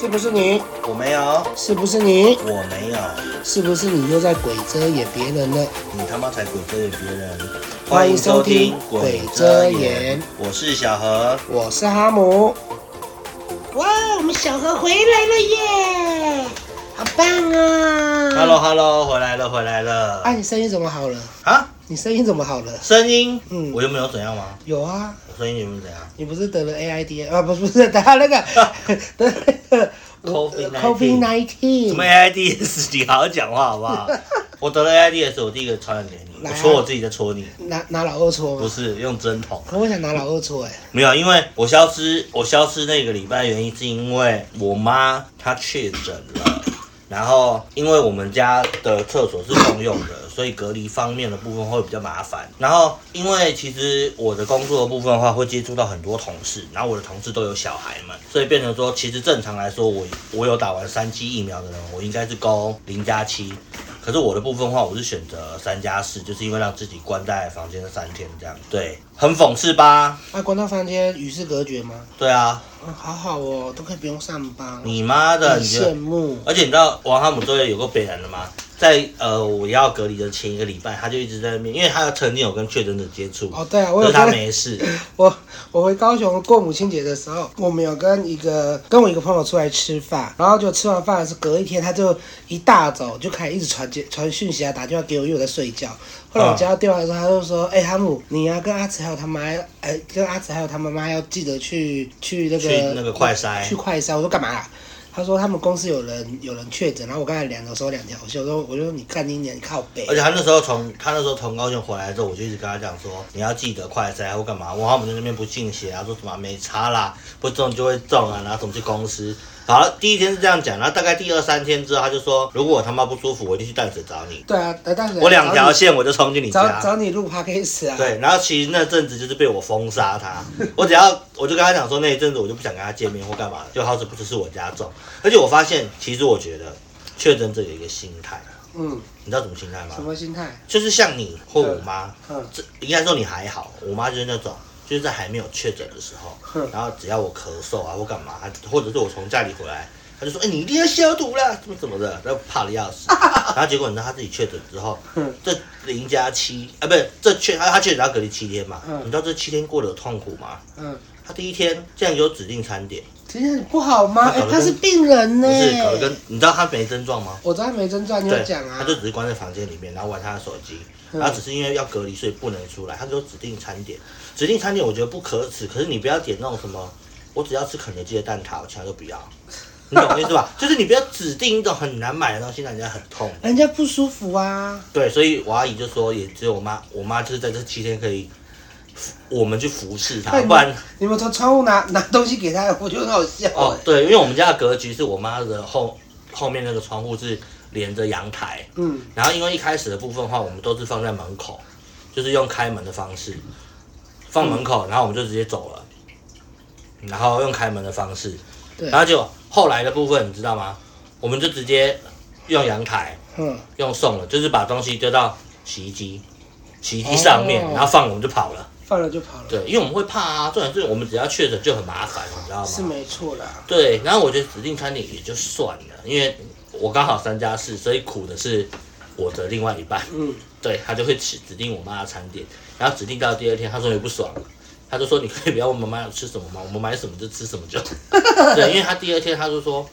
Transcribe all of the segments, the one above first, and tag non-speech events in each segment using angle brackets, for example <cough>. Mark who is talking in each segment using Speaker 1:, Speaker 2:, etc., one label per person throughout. Speaker 1: 是不是你？
Speaker 2: 我没有，
Speaker 1: 是不是你？
Speaker 2: 我没有，
Speaker 1: 是不是你又在鬼遮掩别人了？
Speaker 2: 你他妈才鬼遮眼别人！
Speaker 1: 欢迎收听鬼遮眼，
Speaker 2: 我是小何。
Speaker 1: 我是哈姆。哇，我们小何回来了耶！好棒啊
Speaker 2: Hello Hello，回来了回来了。
Speaker 1: 啊，你声音怎么好了？
Speaker 2: 啊，
Speaker 1: 你声音怎么好了？
Speaker 2: 声音，
Speaker 1: 嗯
Speaker 2: 我又没有怎样吗？
Speaker 1: 有啊，
Speaker 2: 我声音有没有怎样？
Speaker 1: 你不是得了 AID 啊？不是不是，得那个得那个
Speaker 2: COVID-19
Speaker 1: COVID
Speaker 2: 什
Speaker 1: nineteen。
Speaker 2: 么 AIDS？你好好讲话好
Speaker 1: <laughs>
Speaker 2: 不好？我得了 AIDS，我第一个传染给你，
Speaker 1: 来
Speaker 2: 我
Speaker 1: 啊
Speaker 2: 戳我自己在戳你，
Speaker 1: 拿拿老二搓
Speaker 2: 不
Speaker 1: 吗？
Speaker 2: 是用针筒。
Speaker 1: 可我想拿老二搓哎、
Speaker 2: 没有，因为我消失，我消失那个礼拜原因是因为我妈她确诊了，然后因为我们家的厕所是共用的，所以隔离方面的部分会比较麻烦。然后因为其实我的工作的部分的话，会接触到很多同事，然后我的同事都有小孩们，所以变成说，其实正常来说，我我有打完三剂疫苗的人，我应该是勾零加七。可是我的部分的话，我是选择三加四，就是因为让自己关在房间三天这样。对，很讽刺吧？
Speaker 1: 那、啊关到房间与世隔绝吗？
Speaker 2: 对啊，
Speaker 1: 啊，好好哦，都可以不用上班。
Speaker 2: 你妈的！
Speaker 1: 很
Speaker 2: 你觉
Speaker 1: 羡
Speaker 2: 得？
Speaker 1: 慕。
Speaker 2: 而且你知道王哈姆作业有个北人的吗？在呃我要隔离的前一个礼拜，他就一直在那边，因为他曾经有跟确诊者接触，
Speaker 1: 哦，对啊，我
Speaker 2: 可
Speaker 1: 有
Speaker 2: 是他
Speaker 1: 跟 <laughs>
Speaker 2: 没事。
Speaker 1: 我我回高雄过母亲节的时候，我们有跟一个跟我一个朋友出来吃饭，然后就吃完饭是隔一天，他就一大早就开始一直传接传讯息啊，打电话给我，因为我在睡觉。后来我
Speaker 2: 嗯
Speaker 1: 接到电话的时候，他就说：“哎、哈姆，你啊跟阿慈还有他妈，哎，跟阿慈还有他妈妈要记得去去那个
Speaker 2: 去那个快筛
Speaker 1: 去快筛。”我说干嘛啦？他说他们公司有人有人确诊，然后我刚才量的时候两条线，我说我就说你看你脸靠背
Speaker 2: 而，且他那时候从他那时候从高雄回来之后，我就一直跟他讲说，你要记得快筛或干嘛。王哈姆在那边不信邪啊，说什么没差啦，不中就会中啊，然后怎么去公司？好了，第一天是这样讲，然后大概第二三天之后，他就说，如果我他妈不舒服，我就去淡水找你。
Speaker 1: 对啊，但是
Speaker 2: 我两条线我就冲进你家。
Speaker 1: 找找你录 podcast 啊，
Speaker 2: 对，然后其实那阵子就是被我封杀
Speaker 1: <laughs>
Speaker 2: 他，我只要我就跟他讲说那一阵子我就不想跟他见面或干嘛了，就好死不死是我家中，而且我发现其实我觉得确诊者有一个心态，啊
Speaker 1: 嗯。
Speaker 2: 你知道怎么心态吗
Speaker 1: 什？么心态？
Speaker 2: 就是像你或我妈，
Speaker 1: 嗯
Speaker 2: 这应该说你还好，我妈就是那种。就是在还没有确诊的时候
Speaker 1: 哼，
Speaker 2: 然后只要我咳嗽啊或干嘛，或者是我从家里回来，她就说：“哎、你一定要消毒啦，怎么怎么的，然后怕的
Speaker 1: <laughs>
Speaker 2: 要死。”然后结果你知道她自己确诊之后，
Speaker 1: 哼，
Speaker 2: 这零加七啊，不是这确他他确实要隔离七天嘛？
Speaker 1: 嗯
Speaker 2: 你知道这七天过得有痛苦吗？
Speaker 1: 嗯，
Speaker 2: 他第一天竟然有指定餐点，
Speaker 1: 其实很不好吗？
Speaker 2: 他
Speaker 1: 哎、
Speaker 2: 搞得
Speaker 1: 他
Speaker 2: 跟
Speaker 1: 是病人呢、
Speaker 2: 不是搞得跟你知道他没症状吗？
Speaker 1: 我知道他没症状，你有讲啊
Speaker 2: 他。就只是关在房间里面，然后玩他的手机，
Speaker 1: 嗯
Speaker 2: 然后只是因为要隔离，所以不能出来。他给我指定餐点，指定餐点我觉得不可耻，可是你不要点那种什么，我只要吃肯德基的蛋挞，我其他都不要，你懂我意思吧？ <laughs> 就是你不要指定一种很难买的东西，让人家很痛。
Speaker 1: 人家不舒服啊，
Speaker 2: 对，所以我阿姨就说，也只有我妈，我妈就是在这七天可以服，我们去服侍她，
Speaker 1: 那你
Speaker 2: 不然
Speaker 1: 们你们从窗户拿 <laughs> 拿东西给他，我觉得很好笑、
Speaker 2: 哦
Speaker 1: 哎，
Speaker 2: 对，因为我们家的格局是我妈的后后面那个窗户是连着阳台，
Speaker 1: 嗯，
Speaker 2: 然后因为一开始的部分的话，我们都是放在门口，就是用开门的方式放门口，然后我们就直接走了，然后用开门的方式，
Speaker 1: 对
Speaker 2: 然后就后来的部分你知道吗？我们就直接用阳台，
Speaker 1: 嗯，
Speaker 2: 用送了，就是把东西丢到洗衣机，洗衣机上面，
Speaker 1: 哦
Speaker 2: 然后放我们就跑了。
Speaker 1: 放了就跑了，
Speaker 2: 对，因为我们会怕啊，重点是我们只要确诊就很麻烦，你知道
Speaker 1: 是
Speaker 2: 吗？
Speaker 1: 没错啦。
Speaker 2: 对，然后我觉得指定餐点也就算了，因为我刚好三加四，所以苦的是我的另外一半，
Speaker 1: 嗯，
Speaker 2: 对他就会指指定我妈的餐点，然后指定到第二天，他终于不爽了。他就说：“你可以不要问妈妈要吃什么吗？我们买什么就吃什么就。”对，因为他第二天他就说：“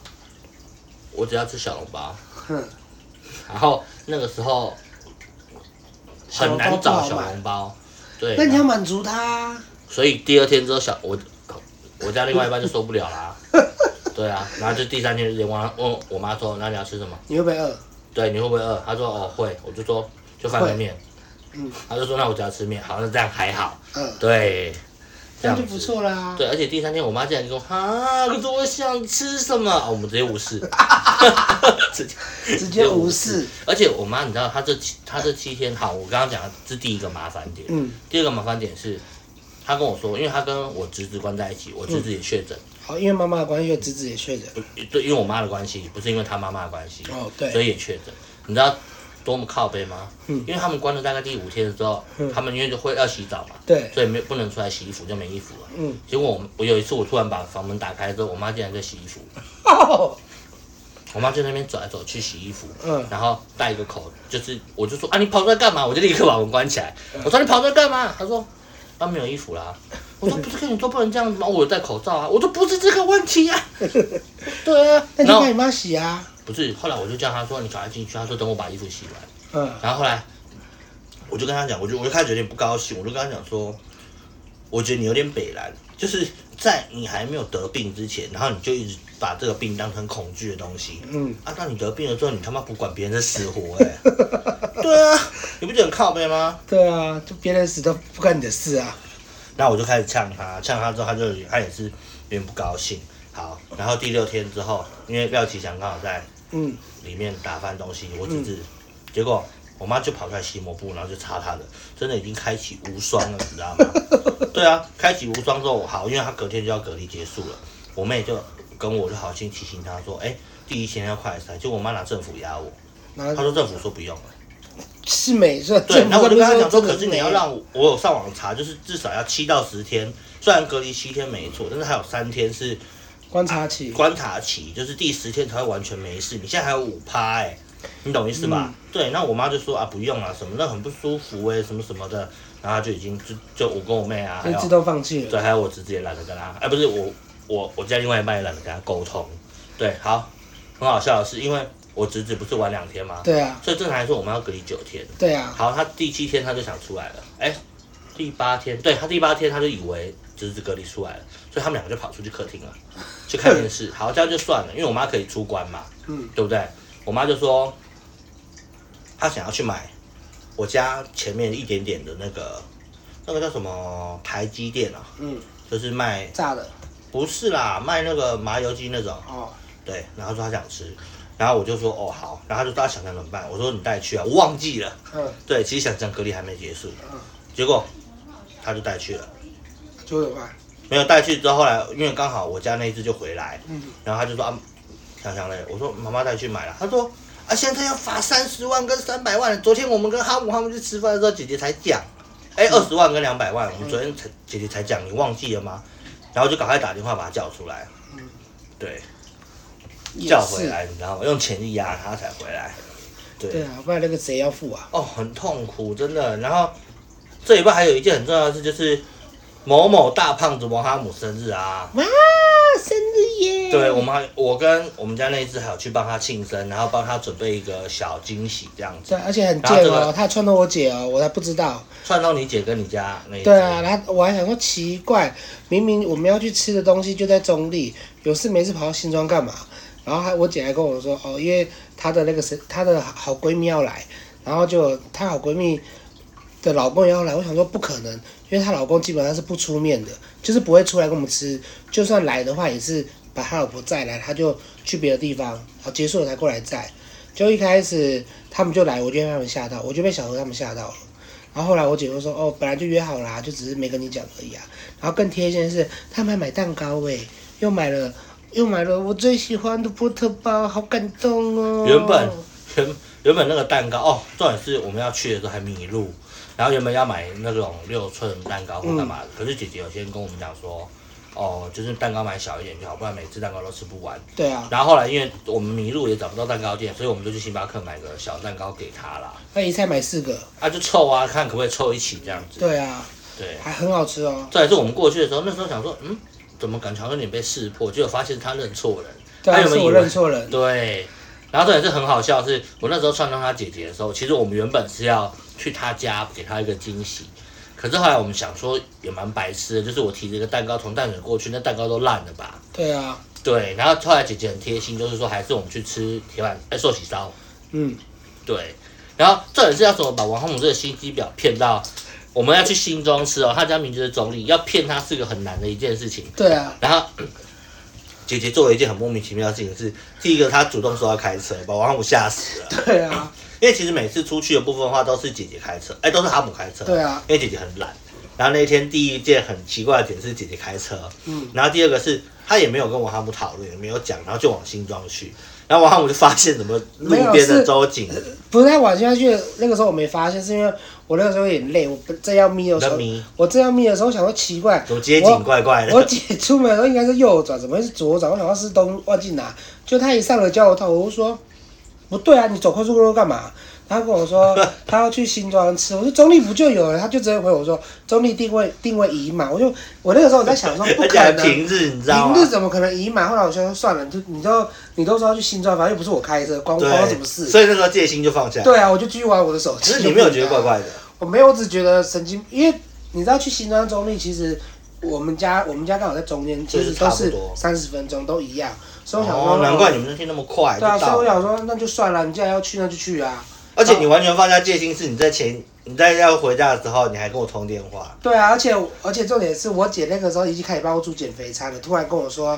Speaker 2: 我只要吃小笼包。”
Speaker 1: 哼，
Speaker 2: 然后那个时候很难找小笼包，对，
Speaker 1: 那你
Speaker 2: 然
Speaker 1: 要
Speaker 2: 后
Speaker 1: 满足他 <laughs> 啊，
Speaker 2: 所以第二天之后小我我家另外一半就受不了啦，对啊，然后就第三天就直接问她问我妈说，那你要吃什么？
Speaker 1: 你会不会饿？
Speaker 2: 对，你会不会饿？她说哦会，我就说就饭跟面，
Speaker 1: 嗯
Speaker 2: 她就说那我只要吃面，好，那这样还好，
Speaker 1: 嗯，
Speaker 2: 对，
Speaker 1: 那
Speaker 2: 这样
Speaker 1: 就
Speaker 2: 子
Speaker 1: 不。错啊啦。
Speaker 2: 对，而且第三天我妈竟然跟我说啊，可是我想吃什么？哦，我们直接无
Speaker 1: <laughs>
Speaker 2: 视，直接
Speaker 1: 直接无视。
Speaker 2: 而且我妈，你知道，她这七她这七天，好，我刚刚讲的是第一个麻烦点。
Speaker 1: 嗯，
Speaker 2: 第二个麻烦点是，她跟我说，因为她跟我侄子关在一起，我侄子也确诊，
Speaker 1: 好，因为妈妈的关系，又侄子也确诊。
Speaker 2: 对、因为我妈的关系，不是因为她妈妈的关系，
Speaker 1: 嗯哦，对，
Speaker 2: 所以也确诊。你知道多么靠背吗？
Speaker 1: 嗯
Speaker 2: 因为他们关了大概第五天的时候，
Speaker 1: 嗯
Speaker 2: 他们因为就会要洗澡嘛，
Speaker 1: 对，
Speaker 2: 所以没不能出来洗衣服，就没衣服了。
Speaker 1: 嗯，
Speaker 2: 结果我我有一次我突然把房门打开之后，我妈竟然在洗衣服，
Speaker 1: 靠！
Speaker 2: 我妈就在那边走来走去洗衣服，
Speaker 1: 嗯
Speaker 2: 然后带一个口，就是我就说啊，你跑出来干嘛？我就立刻把门关起来。
Speaker 1: 嗯
Speaker 2: 我说你跑出来干嘛？她说啊，没有衣服啦。我说不是跟你说不能这样子吗？我有戴口罩啊。我说不是这个问题啊。对啊，
Speaker 1: 那你
Speaker 2: 然后
Speaker 1: 帮你妈洗啊。
Speaker 2: 不是，后来我就叫她说你赶快进去，她说等我把衣服洗完。
Speaker 1: 嗯
Speaker 2: 然后后来我就跟他讲，我就我就开始有点不高兴，我就跟他讲说，我觉得你有点北蓝，就是在你还没有得病之前，然后你就一直把这个病当成恐惧的东西。
Speaker 1: 嗯，
Speaker 2: 啊，当你得病了之后，你他妈不管别人的死活哎、对啊，你不觉得很靠背吗？
Speaker 1: 对啊，就别人死都不关你的事啊。
Speaker 2: 那我就开始呛他，呛他之后，他就他也是有点不高兴。好，然后第六天之后，因为廖启强刚好在
Speaker 1: 嗯，
Speaker 2: 里面打翻东西，我只是，结果我妈就跑出来洗抹布，然后就擦她的，真的已经开启无双了，你知道吗？ <laughs> 对啊，开启无双之后好，因为她隔天就要隔离结束了，我妹就跟我就好心提醒她说，哎、第一天要快筛，结果我妈拿政府压我，
Speaker 1: 然
Speaker 2: 她
Speaker 1: 后
Speaker 2: 说政府说不用了，
Speaker 1: 是美是吧，
Speaker 2: 对，
Speaker 1: 啊政府
Speaker 2: 然后我就跟她讲说，
Speaker 1: 这个
Speaker 2: 可是你要让我，我有上网查，就是至少要七到十天，虽然隔离七天没错，但是还有三天是
Speaker 1: 观察期，
Speaker 2: 观察期，就是第十天才会完全没事。你现在还有五趴哎，你懂意思吧？
Speaker 1: 嗯
Speaker 2: 对，那我妈就说啊，不用啊，什么那很不舒服哎、什么什么的，然后她就已经就就我跟我妹啊，还
Speaker 1: 就自
Speaker 2: 有
Speaker 1: 动放弃了。
Speaker 2: 对，还有我侄子也懒得跟她，哎、不是我我我家另外一半也懒得跟她沟通。对，好，很好笑的是，因为我侄子不是玩两天吗？
Speaker 1: 对啊，
Speaker 2: 所以正常来说我们要隔离九天。
Speaker 1: 对啊，
Speaker 2: 好，他第七天他就想出来了，哎、第八天，对他第八天他就以为侄子隔离出来了，所以他们两个就跑出去客厅了，去看电视。好，这样就算了，因为我妈可以出关嘛，
Speaker 1: 嗯，
Speaker 2: 对不对？我妈就说，她想要去买我家前面一点点的那个那个叫什么台积电啊，
Speaker 1: 嗯，
Speaker 2: 就是卖
Speaker 1: 炸了
Speaker 2: 不是啦，卖那个麻油鸡那种，
Speaker 1: 哦，
Speaker 2: 对，然后她说她想吃。然后我就说哦好，然后她就说她想想怎么办，我说你带去啊，我忘记了，
Speaker 1: 嗯，
Speaker 2: 对，其实想讲隔离还没结束
Speaker 1: 嗯，
Speaker 2: 结果他就带去了，
Speaker 1: 九点半，
Speaker 2: 没有带去之后，后来因为刚好我家那一只就回来，
Speaker 1: 嗯，
Speaker 2: 然后他就说啊，想想嘞，我说妈妈带去买了，他说啊现在要罚三十万跟三百万，昨天我们跟哈姆他们去吃饭的时候，姐姐才讲，哎
Speaker 1: 嗯
Speaker 2: 二十万跟两百万，我们昨天才姐姐才讲，你忘记了吗？然后就赶快打电话把他叫出来，
Speaker 1: 嗯
Speaker 2: 对，
Speaker 1: 也
Speaker 2: 叫回
Speaker 1: 是。
Speaker 2: 来，你知道吗？用钱力压他才回来，对
Speaker 1: 对啊，不然那个谁要付啊？
Speaker 2: 哦，很痛苦，真的。然后这礼拜还有一件很重要的事，就是某某大胖子王哈姆生日啊。
Speaker 1: 哇，生日耶！
Speaker 2: 对，我们还我跟我们家那一只还有去帮他庆生，然后帮他准备一个小惊喜这样子。
Speaker 1: 对，而且很
Speaker 2: 然
Speaker 1: 贱
Speaker 2: 后这
Speaker 1: 哦
Speaker 2: 个，
Speaker 1: 他穿的我姐哦，我还不知道。
Speaker 2: 串到你姐跟你家那一只
Speaker 1: 对啊，，然后我还想说奇怪，明明我们要去吃的东西就在中立，有事没事跑到新庄干嘛？然后还我姐还跟我说，哦，因为她的那个谁，她的好闺蜜要来，然后就她好闺蜜的老公也要来，我想说不可能，因为她老公基本上是不出面的，就是不会出来跟我们吃，就算来的话也是把他老婆载来，他就去别的地方，然后结束了才过来载。就一开始他们就来，我就被他们吓到，我就被小何他们吓到了。然后后来我姐就说，哦，本来就约好啦、就只是没跟你讲而已啊。然后更贴心的是，他们还买蛋糕诶、又买了又买了我最喜欢的波特包，好感动哦。
Speaker 2: 原本原原本那个蛋糕哦，重点是我们要去的时候还迷路，然后原本要买那种六寸蛋糕或干嘛的，可是姐姐有先跟我们讲说，哦，就是蛋糕买小一点就好，不然每次蛋糕都吃不完。
Speaker 1: 对啊，
Speaker 2: 然后后来因为我们迷路也找不到蛋糕店，所以我们就去星巴克买个小蛋糕给他啦。
Speaker 1: 那一菜买四个，
Speaker 2: 啊，就凑啊，看可不可以凑一起这样子。
Speaker 1: 对啊，
Speaker 2: 对，
Speaker 1: 还很好吃哦。
Speaker 2: 再来是我们过去的时候，那时候想说，嗯，怎么感觉好像有点被识破，结果发现他认错人。
Speaker 1: 对
Speaker 2: 还
Speaker 1: 啊，
Speaker 2: 有没
Speaker 1: 是
Speaker 2: 有
Speaker 1: 我
Speaker 2: 以为
Speaker 1: 认错人。
Speaker 2: 对，然后这也是很好笑的是，我那时候串通他姐姐的时候，其实我们原本是要去他家给他一个惊喜，可是后来我们想说也蛮白痴的，就是我提着一个蛋糕从淡水过去，那蛋糕都烂了吧？
Speaker 1: 对啊，
Speaker 2: 对，然后后来姐姐很贴心，就是说还是我们去吃铁板哎寿喜烧，
Speaker 1: 嗯，
Speaker 2: 对，然后这也是要怎么把王浩姆这个心机婊骗到我们要去新庄吃哦，他家名字是中立，要骗他是个很难的一件事情。
Speaker 1: 对啊，
Speaker 2: 然后 <coughs> 姐姐做了一件很莫名其妙的事情是，第一个她主动说要开车，把王哈姆吓死了。
Speaker 1: 对啊，
Speaker 2: 因为其实每次出去的部分的话都是姐姐开车，哎、都是哈姆开车。
Speaker 1: 对啊，
Speaker 2: 因为姐姐很懒。然后那一天第一件很奇怪的点是姐姐开车，
Speaker 1: 嗯，
Speaker 2: 然后第二个是她也没有跟我哈姆讨论，也没有讲，然后就往新庄去。然后晚上我就发现怎么路边的周景，
Speaker 1: 不是太晚下去，那个时候我没发现，是因为我那个时候有点累，我不正要眯的时候
Speaker 2: 你在眯，
Speaker 1: 我正要眯的时候想说奇怪，
Speaker 2: 怎么街景怪怪
Speaker 1: 我
Speaker 2: <laughs> 的？
Speaker 1: 姐 <laughs> 出门的时候应该是右转，怎么会是左转？我想到是东忘记拿，就她一上了交流道，我就说不对啊，你走快速公路干嘛？她跟我
Speaker 2: <laughs>
Speaker 1: 说她要去新庄吃，我说中立不就有了？她就直接回我说中立定位定位已满，我就我那个时候我在想说不
Speaker 2: 而且
Speaker 1: 可
Speaker 2: 还啊
Speaker 1: 能。啊
Speaker 2: 平 <laughs> 日，你知道
Speaker 1: 平
Speaker 2: 吗？
Speaker 1: 日怎么可能已满？后来我想说算了，就你都你都说要去新庄，反正又不是我开车，关我关我什么事？
Speaker 2: 所以那时候戒心就放下。
Speaker 1: 对啊，我就继续玩我的手机。
Speaker 2: 只是你没有觉得怪？怪的，
Speaker 1: 我没有，我只觉得神经，因为你知道去新庄中立，其实我们家我们家刚好在中间，其实都
Speaker 2: 就是差不
Speaker 1: 是
Speaker 2: 多
Speaker 1: 三十分钟都一样，所以我想说，
Speaker 2: 哦，难怪你们那天那么快就
Speaker 1: 对啊，所以
Speaker 2: 到
Speaker 1: 我
Speaker 2: 了。
Speaker 1: 想说那就算了，你既然要去那就去啊。
Speaker 2: 而且你完全放下戒心，是你在前你在要回家的时候，你还跟我通电话，
Speaker 1: 对啊，而且而且重点是我姐那个时候已经开始帮我煮减肥餐了，突然跟我说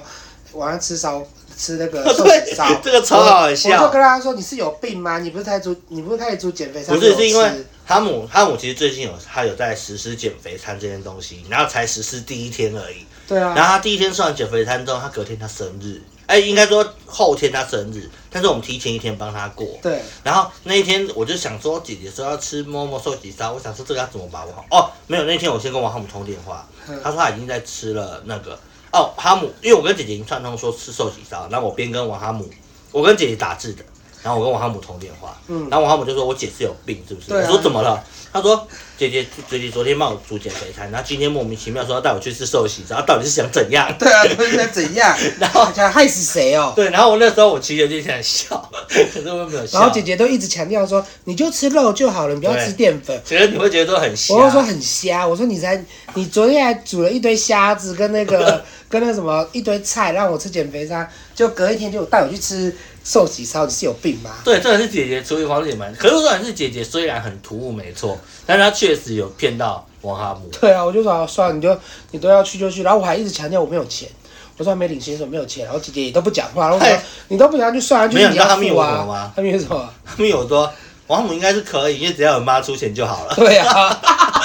Speaker 1: 晚上吃烧吃那个寿喜烧
Speaker 2: 对，，这个超好
Speaker 1: 我就
Speaker 2: 笑。
Speaker 1: 跟她说你是有病吗？你不是开始煮你不是开始煮减肥餐
Speaker 2: 不
Speaker 1: 给
Speaker 2: 是，
Speaker 1: 我吃？
Speaker 2: 是因为哈姆哈姆其实最近有他有在实施减肥餐这件东西，然后才实施第一天而已。
Speaker 1: 对啊，
Speaker 2: 然后他第一天吃完减肥餐之后，他隔天他生日，哎，应该说后天他生日，但是我们提前一天帮他过。
Speaker 1: 对
Speaker 2: 然后那一天我就想说，姐姐说要吃摸摸寿喜烧，我想说这个要怎么把握好？哦，没有，那天我先跟王哈姆通电话
Speaker 1: 嗯，
Speaker 2: 他说他已经在吃了那个哦，哈姆，因为我跟姐姐已经串通说吃寿喜烧，然后我边跟王哈姆，我跟姐姐打字的，然后我跟王哈姆通电话，
Speaker 1: 嗯
Speaker 2: 然后王哈姆就说我姐是有病是不是？
Speaker 1: 对啊
Speaker 2: 我说怎么了？他说姐姐姐姐昨天帮我煮减肥餐，然后今天莫名其妙说要带我去吃寿喜烧，到底是想怎样？ <laughs>
Speaker 1: 对啊，不是怎样？
Speaker 2: 然后
Speaker 1: 想害死谁哦？
Speaker 2: 对，然后我那时候我其实就想笑， <laughs> 可是我没有笑。
Speaker 1: 然后姐姐都一直强调说，你就吃肉就好了，你不要
Speaker 2: 对
Speaker 1: 吃淀粉。
Speaker 2: 觉得你会觉得都很瞎。
Speaker 1: 我就说很瞎，我说你才，你昨天还煮了一堆虾子跟那个 <laughs> 跟那个什么一堆菜让我吃减肥餐，就隔一天就带我去吃寿喜烧，你是有病吗？
Speaker 2: 对，这个是姐姐处理方式也蛮，可是重点是姐姐虽然很突兀没错，但是她确实有骗到王哈姆。
Speaker 1: 对啊，我就说啊算了，你就你都要去就去，然后我还一直强调我没有钱，我说还没领薪水没有钱，然后姐姐也都不讲话，然后我说
Speaker 2: 哎
Speaker 1: 你都不讲就算了，就
Speaker 2: 没有
Speaker 1: 是你要
Speaker 2: 你
Speaker 1: 付
Speaker 2: 知道他们有什么
Speaker 1: 啊
Speaker 2: 吗，
Speaker 1: 他们有什么？
Speaker 2: 他们有说王哈姆应该是可以，因为只要有妈出钱就好了。 <laughs>
Speaker 1: 对啊， <laughs>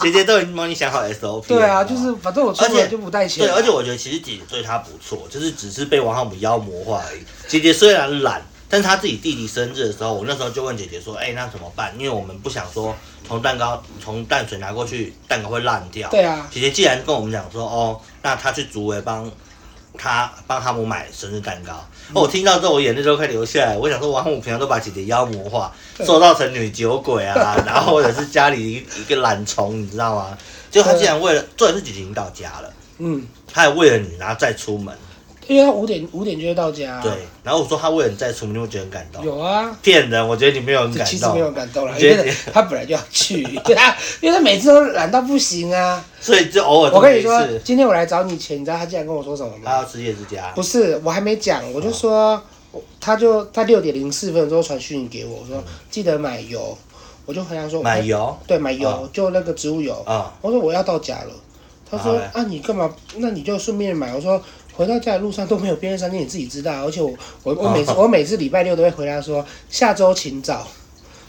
Speaker 2: 姐姐都已经帮你想好 SOP 了。
Speaker 1: 对啊，
Speaker 2: 你知
Speaker 1: 就
Speaker 2: 道吗
Speaker 1: 是反正我出
Speaker 2: 而
Speaker 1: 门
Speaker 2: 且
Speaker 1: 就不带钱
Speaker 2: 对，
Speaker 1: 啊，
Speaker 2: 而且我觉得其实姐姐对她不错，就是只是被王哈姆妖魔化而已。姐姐虽然懒，但是她自己弟弟生日的时候，我那时候就问姐姐说：“哎、那怎么办？因为我们不想说从蛋糕从淡水拿过去，蛋糕会烂掉。”
Speaker 1: 对啊，
Speaker 2: 姐姐既然跟我们讲说，哦，那她去竹围帮她帮哈姆买生日蛋糕，
Speaker 1: 嗯
Speaker 2: 哦，我听到之后我眼泪都快流下来。我想说，王哈姆平常都把姐姐妖魔化，
Speaker 1: 对
Speaker 2: 塑造成女酒鬼啊，然后或者是家里一一个懒虫，你知道吗？结果她
Speaker 1: 对
Speaker 2: 竟然为了，重点是姐姐已经到家了，
Speaker 1: 嗯，
Speaker 2: 她还为了你，然后再出门。
Speaker 1: 因为他五点五点就会到家啊，
Speaker 2: 对，然后我说她为了你再出门，你会觉得很感动。
Speaker 1: 有啊，
Speaker 2: 骗人，我觉得你没有很
Speaker 1: 这
Speaker 2: 感
Speaker 1: 其实没有
Speaker 2: 动，
Speaker 1: 感动了，
Speaker 2: 你
Speaker 1: 因
Speaker 2: 觉得
Speaker 1: 为他本来就要
Speaker 2: <laughs>
Speaker 1: 去，对啊，因为他每次都懒到不行啊。
Speaker 2: 所以就偶
Speaker 1: 我
Speaker 2: 尔这么
Speaker 1: 跟你
Speaker 2: 一
Speaker 1: 说，
Speaker 2: 次，
Speaker 1: 今天我来找你前，你知道他竟然跟我说什么
Speaker 2: 她
Speaker 1: 吗？
Speaker 2: 要吃夜之家。
Speaker 1: 不是，我还没讲，我就说，
Speaker 2: 哦
Speaker 1: 我他就他六点零四分的时候传讯息给我，我说记得买油，我就回答说
Speaker 2: 嗯买，油
Speaker 1: 我对，买油
Speaker 2: 哦
Speaker 1: 就那个植物油。
Speaker 2: 啊、
Speaker 1: 我说我要到家了，他说
Speaker 2: 好嘞
Speaker 1: 啊你干嘛？那你就顺便买。我说回到家的路上都没有便利商店，你自己知道啊。而且我我我
Speaker 2: <laughs>
Speaker 1: 每次我每次礼拜六都会回答说下周请早，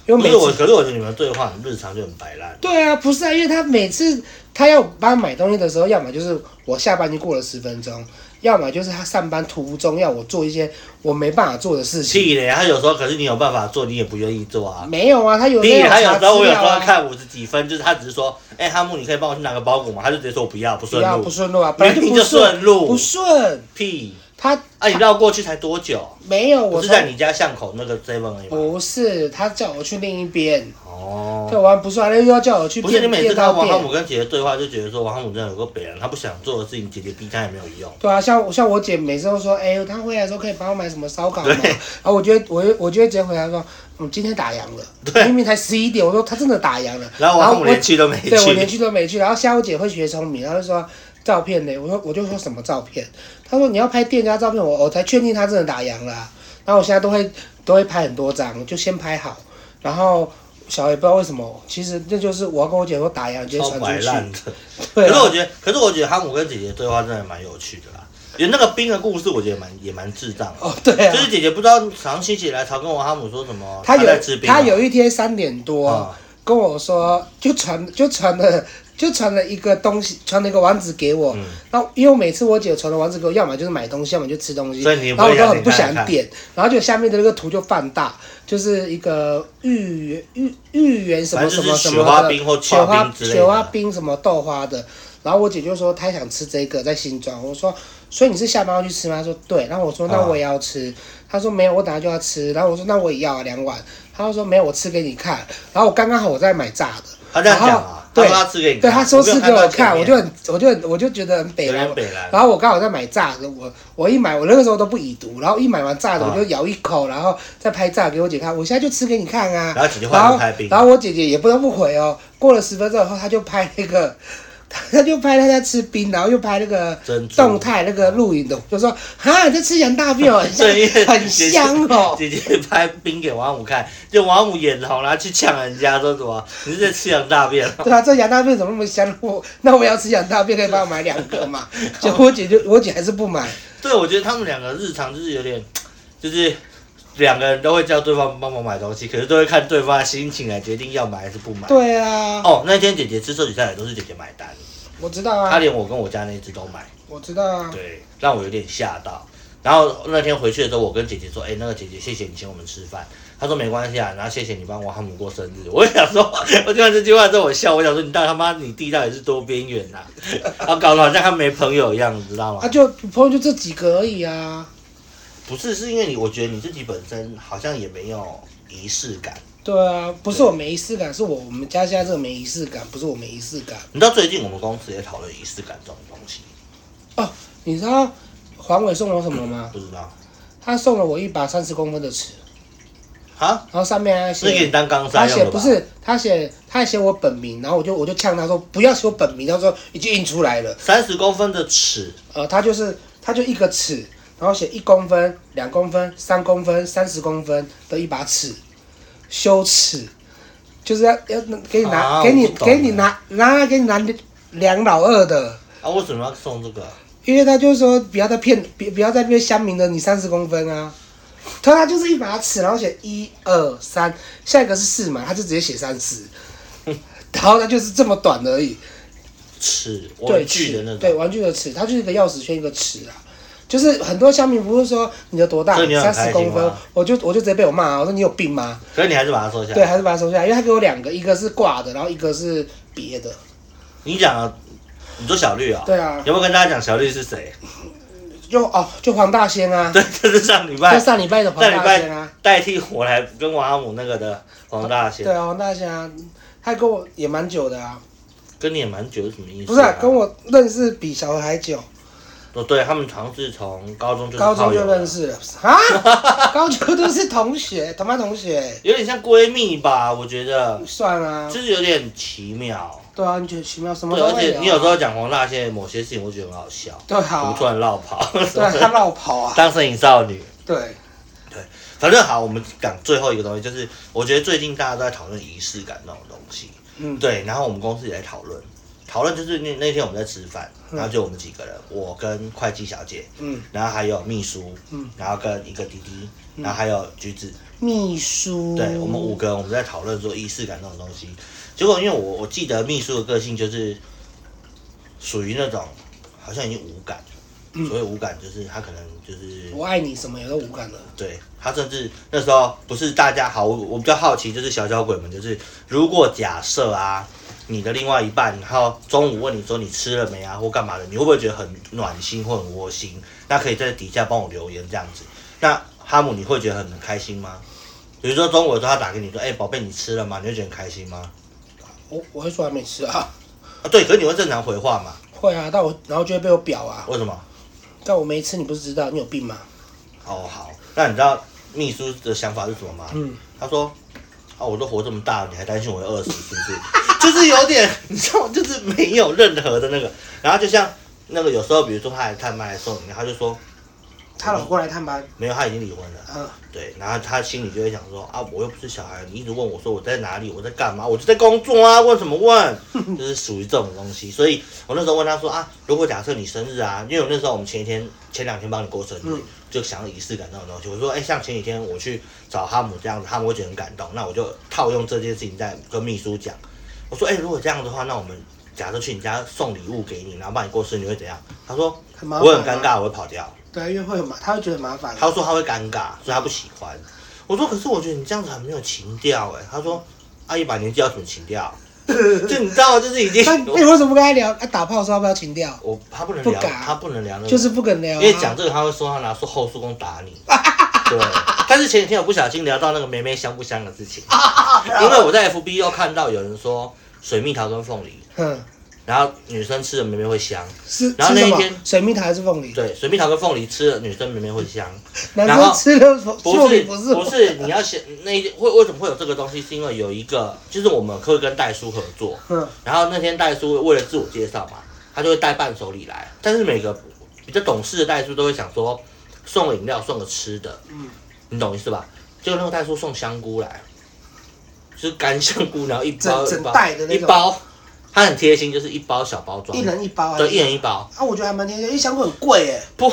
Speaker 1: 因为
Speaker 2: 不
Speaker 1: 每
Speaker 2: 是
Speaker 1: 次
Speaker 2: 我，可是我觉得你们对话很日常就很摆烂。
Speaker 1: 对啊，不是啊，因为他每次他要我帮他买东西的时候，要么就是我下班就过了十分钟，要么就是他上班途中要我做一些我没办法做的事情。
Speaker 2: 屁嘞！他有时候可是你有办法做，你也不愿意做啊。
Speaker 1: 没有啊，他有
Speaker 2: 屁！
Speaker 1: 那
Speaker 2: 他
Speaker 1: 种查
Speaker 2: 有时候
Speaker 1: 资
Speaker 2: 我有时
Speaker 1: 料
Speaker 2: 候
Speaker 1: 啊，
Speaker 2: 看五十几分，就是他只是说，哎、哈姆，你可以帮我去拿个包裹吗？他就直接说我不要，不
Speaker 1: 不
Speaker 2: 顺
Speaker 1: 要
Speaker 2: 路
Speaker 1: 不。顺路啊，本来就
Speaker 2: 明
Speaker 1: 不
Speaker 2: 明就顺路
Speaker 1: 不顺
Speaker 2: 屁！
Speaker 1: 他
Speaker 2: 啊，你绕过去才多久？
Speaker 1: 没有我
Speaker 2: 不是
Speaker 1: 从
Speaker 2: 在你家巷口那个 seven 而已吗？
Speaker 1: 不是，他叫我去另一边，
Speaker 2: 哦，
Speaker 1: 叫我不是啊，又要叫我去
Speaker 2: 不是你
Speaker 1: 便
Speaker 2: 每次
Speaker 1: 便
Speaker 2: 看到
Speaker 1: 当
Speaker 2: 王哈姆
Speaker 1: 店。
Speaker 2: 跟姐姐对话，就觉得说王哈姆真的有个北人，他不想做的事情，姐姐逼他也没有用。
Speaker 1: 对啊，像我像我姐每次都说，哎、她回来的时候可以帮我买什么烧烤吗？
Speaker 2: 对
Speaker 1: 然后我就会我就我就会直接回答说，嗯，今天打烊了。
Speaker 2: 对
Speaker 1: 明明才十一点，我说她真的打烊了。
Speaker 2: 然后王哈姆
Speaker 1: 我
Speaker 2: 连去都没
Speaker 1: 对我连
Speaker 2: 去，
Speaker 1: 去都没去。然后夏午姐会学聪明，然后就说照片呢，我说我就说什么照片，她说你要拍店家照片，我我才确定她真的打烊了啊、然后我现在都会都会拍很多张，就先拍好，然后。小孩不知道为什么，其实这就是我要跟我姐说打烊，直接
Speaker 2: 超 <laughs>
Speaker 1: 传
Speaker 2: 哦摆
Speaker 1: 出去。
Speaker 2: 烂的。
Speaker 1: 对
Speaker 2: 可是
Speaker 1: 啊，
Speaker 2: 我觉得，可是我觉得哈姆跟姐姐对话真的蛮有趣的啦。有那个冰的故事，我觉得蛮也蛮智障的。
Speaker 1: 哦，对
Speaker 2: 就
Speaker 1: 啊，
Speaker 2: 是姐姐不知道，好像心血来潮跟我哈姆说什么，
Speaker 1: 他
Speaker 2: 在
Speaker 1: 有
Speaker 2: 吃冰啊，
Speaker 1: 他有一天三点多
Speaker 2: 啊
Speaker 1: 跟我说，就传就传了就传了一个东西，传了一个丸子给
Speaker 2: 嗯
Speaker 1: 我。然后因为每次我姐传的丸子给我，要么就是买东西，要么就吃东西，
Speaker 2: 所以你
Speaker 1: 然
Speaker 2: 不
Speaker 1: 后
Speaker 2: 会
Speaker 1: 我都很不
Speaker 2: 想点开
Speaker 1: 想
Speaker 2: 来看
Speaker 1: 点，然后就下面的那个图就放大，就是一个芋圆芋芋圆什么
Speaker 2: 反正
Speaker 1: 什
Speaker 2: 就是
Speaker 1: 么什
Speaker 2: 雪
Speaker 1: 么
Speaker 2: 花
Speaker 1: 的
Speaker 2: 冰或
Speaker 1: 雪
Speaker 2: 刨
Speaker 1: 花
Speaker 2: 冰之类的
Speaker 1: 雪花冰什么豆花的。然后我姐就说她想吃这个在新庄，我说所以你是下班要去吃吗？她说对，然后我说那
Speaker 2: 啊
Speaker 1: 我也要吃，她说没有，我等下就要吃，然后我说那我也要啊两碗，她就说没有，我吃给你看，然后我刚刚好我在买炸的，
Speaker 2: 他这样讲
Speaker 1: 然后
Speaker 2: 啊，他
Speaker 1: 对
Speaker 2: 说他吃给你看，
Speaker 1: 对，他说
Speaker 2: 没有
Speaker 1: 是给
Speaker 2: 到
Speaker 1: 我
Speaker 2: 前
Speaker 1: 看，
Speaker 2: 面
Speaker 1: 我就很，我就很，我就觉得很北
Speaker 2: 有
Speaker 1: 蓝
Speaker 2: 点。北蓝，
Speaker 1: 然后我刚好在买炸的，我我一买，我那个时候都不已读，然后一买完炸的
Speaker 2: 啊
Speaker 1: 我就咬一口，然后再拍炸给我姐看，我现在就吃给你看啊。
Speaker 2: 然后姐姐换
Speaker 1: 然
Speaker 2: 成
Speaker 1: 后
Speaker 2: 拍冰，
Speaker 1: 然后我姐姐也不得不回哦，过了十分钟以后，她就拍那个， <laughs> 她就拍她在吃冰，然后又拍那个
Speaker 2: 珍珠
Speaker 1: 动
Speaker 2: <laughs>
Speaker 1: 态那个录影的，就说哈你在吃羊大便哦，很
Speaker 2: 对，因为
Speaker 1: 香很
Speaker 2: 姐姐
Speaker 1: 香哦。
Speaker 2: <laughs> 姐姐拍冰给王五看，就王五眼红，然后去呛人家说什么你是在吃羊大便哦，
Speaker 1: 对啊，这羊大便怎么那么香？ <laughs> 我那我要吃羊大便，可以帮我买两个
Speaker 2: <laughs>
Speaker 1: 嘛？结果我姐就我姐还是不买，
Speaker 2: 对，我觉得他们两个日常就是有点，就是两个人都会叫对方帮忙买东西，可是都会看对方的心情来决定要买还是不买。
Speaker 1: 对啊，
Speaker 2: 哦，那天姐姐吃寿喜菜也都是姐姐买单，
Speaker 1: 我知道
Speaker 2: 她
Speaker 1: 啊，
Speaker 2: 连我跟我家那只都买，
Speaker 1: 我知道啊。
Speaker 2: 对，让我有点吓到。然后那天回去的时候，我跟姐姐说：“哎、那个姐姐，谢谢你请我们吃饭。”她说：“没关系啊，然后谢谢你帮我他们过生日。”我想说， <laughs> 我听完这句话之后，我笑，我想说你到底他妈你弟到底是多边缘呐、啊？然后搞得好像他没朋友一样，你知道吗？
Speaker 1: 啊，就朋友就这几个而已啊。
Speaker 2: 不是，是因为你，我觉得你自己本身好像也没有仪式感。
Speaker 1: 对啊，不是我没仪式感，是我我们家现在这个没仪式感，不是我没仪式感。
Speaker 2: 你知道最近我们公司也讨论仪式感这种东西，
Speaker 1: 哦，你知道黄伟送我什么吗？
Speaker 2: 不知道
Speaker 1: 他送了我一把三十公分的尺，
Speaker 2: 啊？
Speaker 1: 然后上面还
Speaker 2: 是给你
Speaker 1: 写，
Speaker 2: 当钢
Speaker 1: 他
Speaker 2: 塞用
Speaker 1: 写
Speaker 2: 的吧？
Speaker 1: 不，是，他写他还写我本名，然后我就我就呛他说不要写我本名，他说已经印出来了。
Speaker 2: 三十公分的尺，
Speaker 1: 呃，他就是他就一个尺，然后写一公分、两公分、三公分、三十公分的一把尺，羞耻，就是要要给你拿、
Speaker 2: 啊
Speaker 1: 给你
Speaker 2: 我不懂
Speaker 1: 给你拿拿给你拿两老二的，
Speaker 2: 啊，为什么要送这个？
Speaker 1: 因为他就说不要再骗别不要再骗乡民了，你三十公分啊。他他就是一把尺，然后写一二三，下一个是四嘛，他就直接写三
Speaker 2: <laughs>
Speaker 1: 十，然后他就是这么短而已。
Speaker 2: 尺
Speaker 1: 对
Speaker 2: 玩具的那
Speaker 1: 对
Speaker 2: 种，
Speaker 1: 玩具的尺，它就是一个钥匙圈一个尺啊。就是很多乡民不是说你的多大，
Speaker 2: 所以你很
Speaker 1: 三
Speaker 2: 开
Speaker 1: 十
Speaker 2: 心
Speaker 1: 公分
Speaker 2: 吗，
Speaker 1: 我就我就直接被我骂啊，我说你有病吗？
Speaker 2: 可是你还是把它收下
Speaker 1: 对，
Speaker 2: 来。
Speaker 1: 还是把它收下来，因为他给我两个，一个是挂的，然后一个是别的。
Speaker 2: 你讲啊，你说小绿啊、
Speaker 1: 对啊
Speaker 2: 有没有跟大家讲小绿是谁？ <laughs>
Speaker 1: 就哦，就黄大仙啊，
Speaker 2: 对，就是上礼
Speaker 1: 就
Speaker 2: 拜
Speaker 1: 上礼拜的黄
Speaker 2: 上礼
Speaker 1: 大
Speaker 2: 拜
Speaker 1: 仙啊，
Speaker 2: 代替我来跟王阿姆那个的黄大仙，
Speaker 1: 对啊，黄大仙啊，他跟我也蛮久的啊，
Speaker 2: 跟你也蛮久，有什么意思、
Speaker 1: 不是、啊、跟。我认识比小何还久，
Speaker 2: 哦，对他们好像是从高中就是
Speaker 1: 高
Speaker 2: 炮
Speaker 1: 中
Speaker 2: 友
Speaker 1: 就
Speaker 2: 了
Speaker 1: 认识了啊， <laughs> 高中都是同学，同班同学，
Speaker 2: 有点像闺蜜吧，我觉得
Speaker 1: 算啊，
Speaker 2: 就是有点奇妙。
Speaker 1: 对啊，你觉得奇妙什么
Speaker 2: 对，
Speaker 1: 都会
Speaker 2: 而且
Speaker 1: 聊
Speaker 2: 你有时候讲黄大仙的某些事情，我觉得很好笑，
Speaker 1: 对
Speaker 2: 怎
Speaker 1: 好啊
Speaker 2: 么突，然绕跑，
Speaker 1: 对
Speaker 2: <laughs>
Speaker 1: 啊，他绕跑啊，
Speaker 2: 当摄影少女。
Speaker 1: 对，
Speaker 2: 反正好，我们讲最后一个东西，就是我觉得最近大家都在讨论仪式感那种东西。
Speaker 1: 嗯，
Speaker 2: 对，然后我们公司也在讨论，讨论就是那那天我们在吃饭，然后就我们几个人，我跟会计小姐，
Speaker 1: 嗯，
Speaker 2: 然后还有秘书，
Speaker 1: 嗯，
Speaker 2: 然后跟一个弟弟，然后还有橘子，
Speaker 1: 秘书，
Speaker 2: 对我们五个人我们在讨论说仪式感这种东西，结果因为我我记得秘书的个性就是属于那种好像已经无感，所谓无感就是他可能就是
Speaker 1: 我爱你什么也都无感的，
Speaker 2: 对他甚至那时候不是大家好，我我比较好奇就是小小鬼们就是如果假设啊你的另外一半，然后中午问你说你吃了没啊或干嘛的，你会不会觉得很暖心或很窝心？那可以在底下帮我留言这样子。那哈姆你会觉得很开心吗？比如说中午的时候他打给你说，哎、宝贝你吃了吗？你会觉得很开心吗？
Speaker 1: 我我会说还没吃啊， <laughs>
Speaker 2: 啊对，可是你会正常回话嘛？
Speaker 1: 会啊，但我然后就会被我表啊，
Speaker 2: 为什么？
Speaker 1: 但我没吃，你不是知道你有病吗？
Speaker 2: 哦好，那你知道秘书的想法是什么吗？
Speaker 1: 嗯，
Speaker 2: 他说：“啊，我都活这么大了，你还担心我会饿死是不 <laughs> 是？就是有点，你知道，就是没有任何的那个。然后就像那个有时候，比如说他来探班的时候，他就说
Speaker 1: 她老公来探班，
Speaker 2: 没有，他已经离婚了。
Speaker 1: 嗯，
Speaker 2: 对，然后他心里就会想说啊，我又不是小孩，你一直问我说我在哪里，我在干嘛，我就在工作啊，问什么问？ <laughs> 就是属于这种东西。所以我那时候问他说啊，如果假设你生日啊，因为我那时候我们前一天、前两天帮你过生日，
Speaker 1: 嗯
Speaker 2: 就想要仪式感那种东西。我说哎、像前几天我去找哈姆这样子，哈姆会觉得很感动，那我就套用这件事情在跟秘书讲。我说哎、如果这样的话，那我们假设去你家送礼物给你，然后帮你过生日，你会怎样？他说
Speaker 1: 很麻
Speaker 2: 我
Speaker 1: 烦啊
Speaker 2: 会很尴尬，我会跑掉。
Speaker 1: 对，因为会很麻，他会觉得麻烦。啊
Speaker 2: 他说他会尴尬，所以他不喜欢。我说可是我觉得你这样子很没有情调哎。他说啊，一把年纪要什么情调？就你知道，就
Speaker 1: <laughs>
Speaker 2: 是已经
Speaker 1: 那那你为什么不跟他聊？啊，打炮的时候要不要情调？
Speaker 2: 我他不能
Speaker 1: 不
Speaker 2: 聊，
Speaker 1: 敢
Speaker 2: 他不能聊那个，
Speaker 1: 就是不肯聊、啊。
Speaker 2: 嗯因为讲这个他会说他拿出后速攻打
Speaker 1: <laughs>
Speaker 2: 你。对，但是前几天我不小心聊到那个梅梅香不香的事
Speaker 1: <laughs>
Speaker 2: 情，因为我在 FB 又看到有人说水蜜桃跟凤梨，
Speaker 1: 嗯，
Speaker 2: 然后女生吃了梅梅会香，
Speaker 1: 是
Speaker 2: 然后
Speaker 1: 吃
Speaker 2: 那
Speaker 1: 什
Speaker 2: 一
Speaker 1: 么
Speaker 2: 天
Speaker 1: 水蜜桃还是凤梨？
Speaker 2: 对，水蜜桃跟凤梨吃了女生梅梅会香，
Speaker 1: 男
Speaker 2: 然后
Speaker 1: 生吃的凤
Speaker 2: 不
Speaker 1: 凤梨
Speaker 2: 是
Speaker 1: 不
Speaker 2: 不是，你要想那一会为什么会有这个东西，是因为有一个就是我们会跟代叔合作，
Speaker 1: 嗯，
Speaker 2: 然后那天代叔为了自我介绍嘛，他就会带伴手礼来，但是每个比较懂事的代叔都会想说送个饮料，送个吃的，
Speaker 1: 嗯，
Speaker 2: 你懂意思吧？结果那个代叔送香菇来，就是干香菇，然后一包
Speaker 1: 整整
Speaker 2: 一包
Speaker 1: 袋的那
Speaker 2: 嗯一
Speaker 1: 种
Speaker 2: 包，他很贴心，就是一包小包装，
Speaker 1: 一人一包啊。
Speaker 2: 对，一人一包，
Speaker 1: 啊，我觉得还蛮贴心，因为香菇很贵耶。
Speaker 2: 不，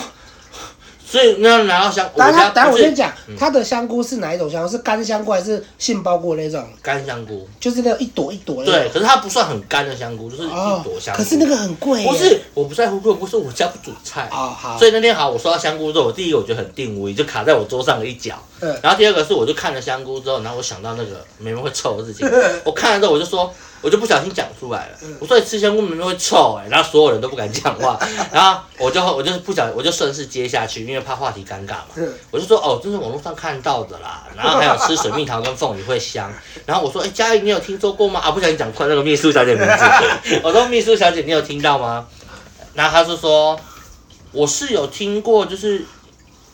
Speaker 2: 所以那拿到香，
Speaker 1: 等下
Speaker 2: 家
Speaker 1: 他，等下
Speaker 2: 不
Speaker 1: 我
Speaker 2: 是
Speaker 1: 先讲
Speaker 2: 嗯，
Speaker 1: 它的香菇是哪一种香菇？是干香菇还是杏鲍菇那种？
Speaker 2: 干香菇，
Speaker 1: 就是那种一朵一朵的。
Speaker 2: 对，可是它不算很干的香菇，就是一
Speaker 1: 哦
Speaker 2: 朵香，菇。
Speaker 1: 可是那个很贵耶。
Speaker 2: 不是，我不在乎贵不是我家不煮菜
Speaker 1: 哦，好
Speaker 2: 所，以那天好，我收到香菇之后，我第一个我觉得很定位，就卡在我桌上的
Speaker 1: <laughs>
Speaker 2: 一角。
Speaker 1: 嗯
Speaker 2: 然后第二个是，我就看了香菇之后，然后我想到那个妹妹会臭的事
Speaker 1: <laughs>
Speaker 2: 情，我看了之后我就说，我就不小心讲出来了。
Speaker 1: 嗯
Speaker 2: 我说你吃香菇妹妹会臭哎、然后所有人都不敢讲话， <laughs> 然后我就我就不想我就顺势接下去，因为怕话题尴尬嘛。
Speaker 1: 嗯
Speaker 2: 我就说哦，这是网络上看到的啦，然后还有吃水蜜桃跟凤梨会香。然后我说，哎、佳怡，你有听说过吗？啊，不小心讲错那个秘书小姐名字。我说秘书小姐，你有听到吗？然后她就说，我是有听过，就是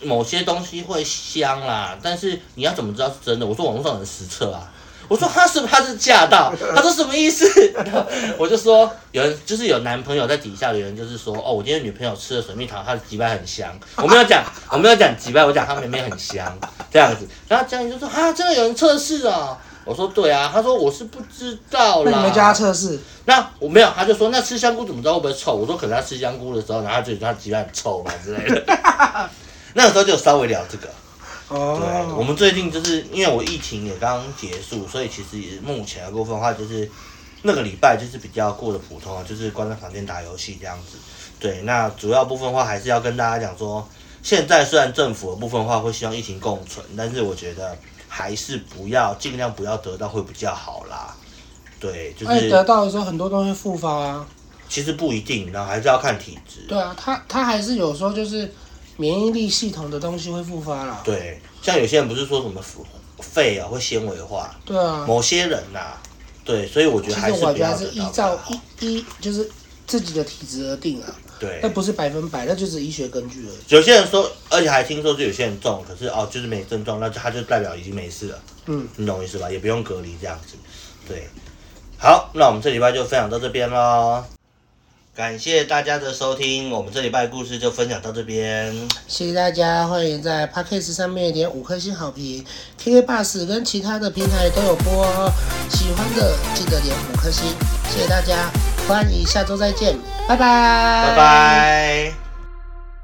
Speaker 2: 某些东西会香啦，但是你要怎么知道是真的？我说网络上很实测啊。我说他是不是他是驾到？ <laughs> 他说什么意思？然后我就说有人就是有男朋友在底下留言，就是说哦，我今天女朋友吃了水蜜桃，她的鸡掰很香。我没有讲，我没有讲鸡掰，我讲她妹妹很香这样子。然后江怡就说哈，真的有人测试哦。我说对啊，他说我是不知道
Speaker 1: 那
Speaker 2: 啦。
Speaker 1: 你们叫他测试？
Speaker 2: 那我没有，他就说那吃香菇怎么知道会不会臭？我说可能他吃香菇的时候，然后他就觉得他鸡蛋很臭嘛之
Speaker 1: <laughs>
Speaker 2: 类的。那个时候就稍微聊这个。对，我
Speaker 1: 哦，
Speaker 2: 们最近就是因为我疫情也刚结束，所以其实也目前的啊部分的话，就是那个礼拜就是比较过得普通啊，就是关在房间打游戏这样子。对，那主要部分的话还是要跟大家讲说，现在虽然政府的部分的话会希望疫情共存，但是我觉得还是不要尽量不要得到会比较好啦。对，就是、
Speaker 1: 而且哎得到的时候很多东西复发啊。
Speaker 2: 其实不一定，然后还是要看体质。
Speaker 1: 对啊，他他还是有时候就是免疫力系统的东西会复发啦。
Speaker 2: 对，像有些人不是说什么肺啊会纤维化，
Speaker 1: 对啊，
Speaker 2: 某些人呐、对，所以我觉
Speaker 1: 其
Speaker 2: 得
Speaker 1: 实
Speaker 2: 还是
Speaker 1: 我觉得
Speaker 2: 不要
Speaker 1: 还是
Speaker 2: 得
Speaker 1: 依
Speaker 2: 到
Speaker 1: 照
Speaker 2: 比较好
Speaker 1: 一一就是自己的体质而定啊，那
Speaker 2: 对。
Speaker 1: 不是百分百，那就是医学根据而已。
Speaker 2: 有些人说，而且还听说就有些人中，可是哦，就是没症状，那就他就代表已经没事了，
Speaker 1: 嗯，
Speaker 2: 你懂我意思吧？也不用隔离这样子。对，好，那我们这礼拜就分享到这边喽，感谢大家的收听，我们这礼拜的故事就分享到这边。
Speaker 1: 谢谢大家，欢迎在 Podcast 上面点五颗星好评，KK Bus 跟其他的平台都有播哦。喜欢的记得点五颗星，谢谢大家，欢迎下周再见，拜拜，
Speaker 2: 拜。拜。